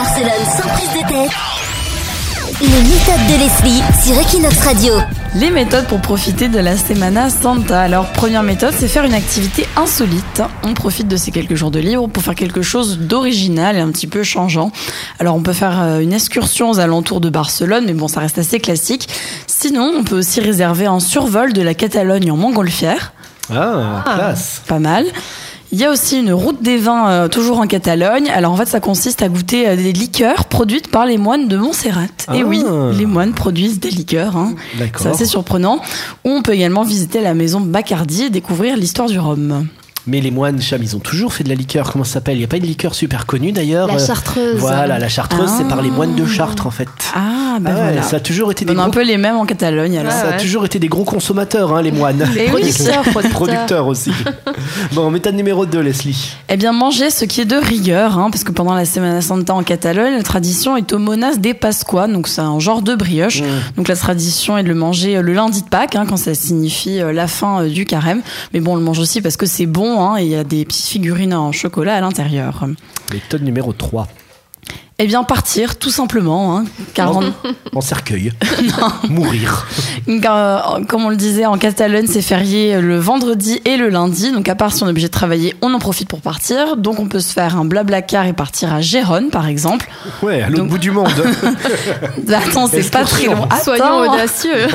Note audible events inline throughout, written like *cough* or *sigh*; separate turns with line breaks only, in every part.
Sans prise de tête. Les méthodes de Leslie sur Equinox Radio.
Les méthodes pour profiter de la Semana Santa. Alors, première méthode, c'est faire une activité insolite. On profite de ces quelques jours de libre pour faire quelque chose d'original et un petit peu changeant. Alors, on peut faire euh, une excursion aux alentours de Barcelone, mais bon, ça reste assez classique. Sinon, on peut aussi réserver un survol de la Catalogne en montgolfière.
Ah, classe.
Pas mal. Il y a aussi une route des vins, euh, toujours en Catalogne. Alors en fait, ça consiste à goûter euh, des liqueurs produites par les moines de Montserrat. Et
Ah.
oui, les moines produisent des liqueurs. Hein.
D'accord.
C'est assez surprenant. Ou on peut également visiter la maison Bacardi et découvrir l'histoire du rhum.
Mais les moines cham, ils ont toujours fait de la liqueur. Comment ça s'appelle Il n'y a pas une liqueur super connue d'ailleurs.
La
Euh,
chartreuse.
Voilà, la chartreuse, c'est par les moines de Chartres en fait.
Ah, ben
Ah ouais,
voilà.
Ça a toujours été des
On a un
gros...
peu les mêmes en Catalogne alors.
ça a
ouais.
toujours été des gros consommateurs, hein, les moines.
Eh oui.
*laughs*
Producteur, producteur.
Producteurs aussi. *laughs* bon, méthode numéro 2, Leslie.
Eh bien, manger ce qui est de rigueur, hein, parce que pendant la Semana Santa en Catalogne, la tradition est au monas des Pasqua, donc c'est un genre de brioche. Donc la tradition est de le manger euh, le lundi de Pâques, hein, quand ça signifie euh, la fin euh, du carême. Mais bon, on le mange aussi parce que c'est bon, hein, et il y a des petites figurines en chocolat à l'intérieur.
Méthode numéro 3,
Eh bien, partir, tout simplement, hein, car en- *laughs*
en cercueil. Mourir.
car, euh, comme on le disait, en Catalogne, c'est férié le vendredi et le lundi. Donc, à part si on est obligé de travailler, on en profite pour partir. Donc, on peut se faire un blabla car et partir à Gérone, par exemple.
Ouais, à l'autre
Donc-
bout du
*laughs*
monde.
Bah, Attends, c'est pas très
Excursion.
loin.
Soyons
Attends,
*laughs*
audacieux.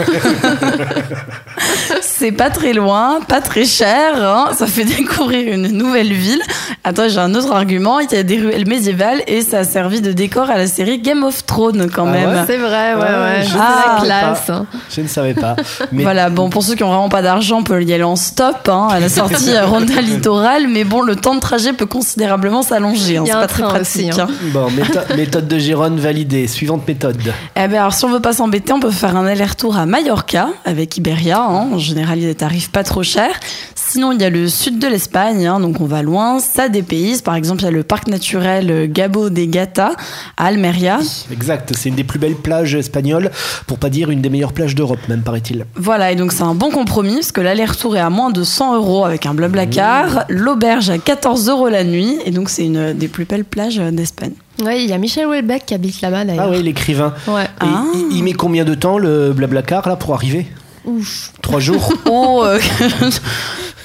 c'est pas très loin, pas très cher. hein. Ça fait découvrir une nouvelle ville. Attends, j'ai un autre argument. Il y a des ruelles médiévales et ça a servi de décor à la série Game of Thrones quand
Ah
même.
ouais
C'est vrai, ouais,
Ah,
ouais.
je
C'est
savais
la
pas.
classe. hein.
Je ne savais pas. Mais
Voilà, bon, pour ceux qui ont vraiment pas d'argent, on peut y aller en stop, hein, à la sortie à Ronda Littoral, mais bon, le temps de trajet peut considérablement s'allonger, hein,
Il y
c'est
a un
pas très
train
pratique.
aussi, hein.
hein.
Bon, métho- méthode de Gérone validée. Suivante méthode.
Eh ben, alors, si on veut pas s'embêter, on peut faire un aller-retour à Mallorca, avec Iberia, hein. en général, il y a des tarifs pas trop chers. Sinon, il y a le sud de l'Espagne, hein, donc on va loin, ça dépayse, par exemple, il y a le parc naturel Gabo des Gata, à Almeria,
Exact, c'est une des plus belles plages espagnoles, pour pas dire une des meilleures plages d'Europe même, paraît-il.
Voilà, et donc c'est un bon compromis, parce que l'aller-retour est à moins de 100 euros avec un
Mmh.
blablacar, l'auberge à 14 euros la nuit, et donc c'est une des plus belles plages euh,
*laughs*
d'Espagne.
Ouais, il y a Michel Houellebecq qui habite là-bas d'ailleurs.
Ah oui, l'écrivain.
Ouais.
Et
Ah.
il- il met combien de temps le blablacar là pour arriver
Ouf.
Trois jours
*laughs* Oh, euh,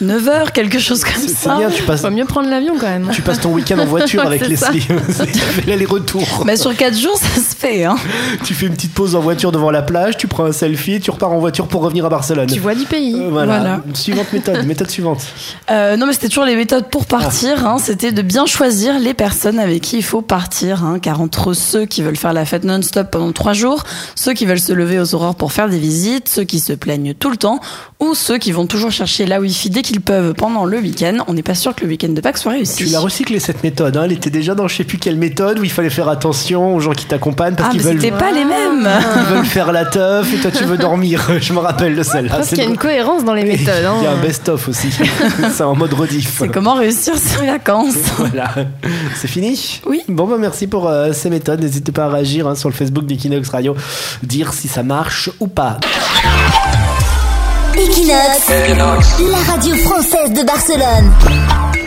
9 heures, quelque chose comme
C'est- C'est
ça.
bien, tu passes,
Faut mieux prendre l'avion
*laughs*
quand même.
tu passes ton week-end
*laughs*
en voiture avec
C'est ça.
Leslie. *laughs* C'est- tu fais l'aller-retour.
Mais Bah, sur 4 jours, ça se fait. Hein.
Tu fais une petite pause en voiture devant la plage, tu prends un selfie, tu repars en voiture pour revenir à Barcelone.
Tu vois du pays.
Euh, voilà.
Voilà.
Suivante méthode, méthode
*laughs*
suivante.
Euh, non, mais c'était toujours les méthodes pour partir.
Ah.
Hein, c'était de bien choisir les personnes avec qui il faut partir. Hein, car entre ceux qui veulent faire la fête non-stop pendant trois jours, ceux qui veulent se lever aux aurores pour faire des visites, ceux qui se plaignent tout le temps, ou ceux qui vont toujours chercher la Wi-Fi dès qu'ils peuvent pendant le week-end, on n'est pas sûr que le week-end de Pâques soit réussi.
Tu l'as recyclé cette méthode, hein. elle était déjà dans je sais plus quelle méthode où il fallait faire attention aux gens qui t'accompagnent parce
ah, mais
qu'ils veulent
c'était pas les mêmes
Ils veulent faire la teuf et toi tu veux dormir. *laughs* Je me rappelle de celle-là.
Parce
C'est
qu'il y a une
bon.
cohérence dans les méthodes. hein.
*laughs* Il y a un best-of
*laughs*
aussi. C'est en mode rediff.
C'est comment réussir ses vacances
Voilà. C'est fini
Oui.
Bon, bah merci pour euh, ces méthodes. N'hésitez pas à réagir hein, sur le Facebook d'Equinox Radio, dire si ça marche ou pas.
Equinox, la radio française de Barcelone.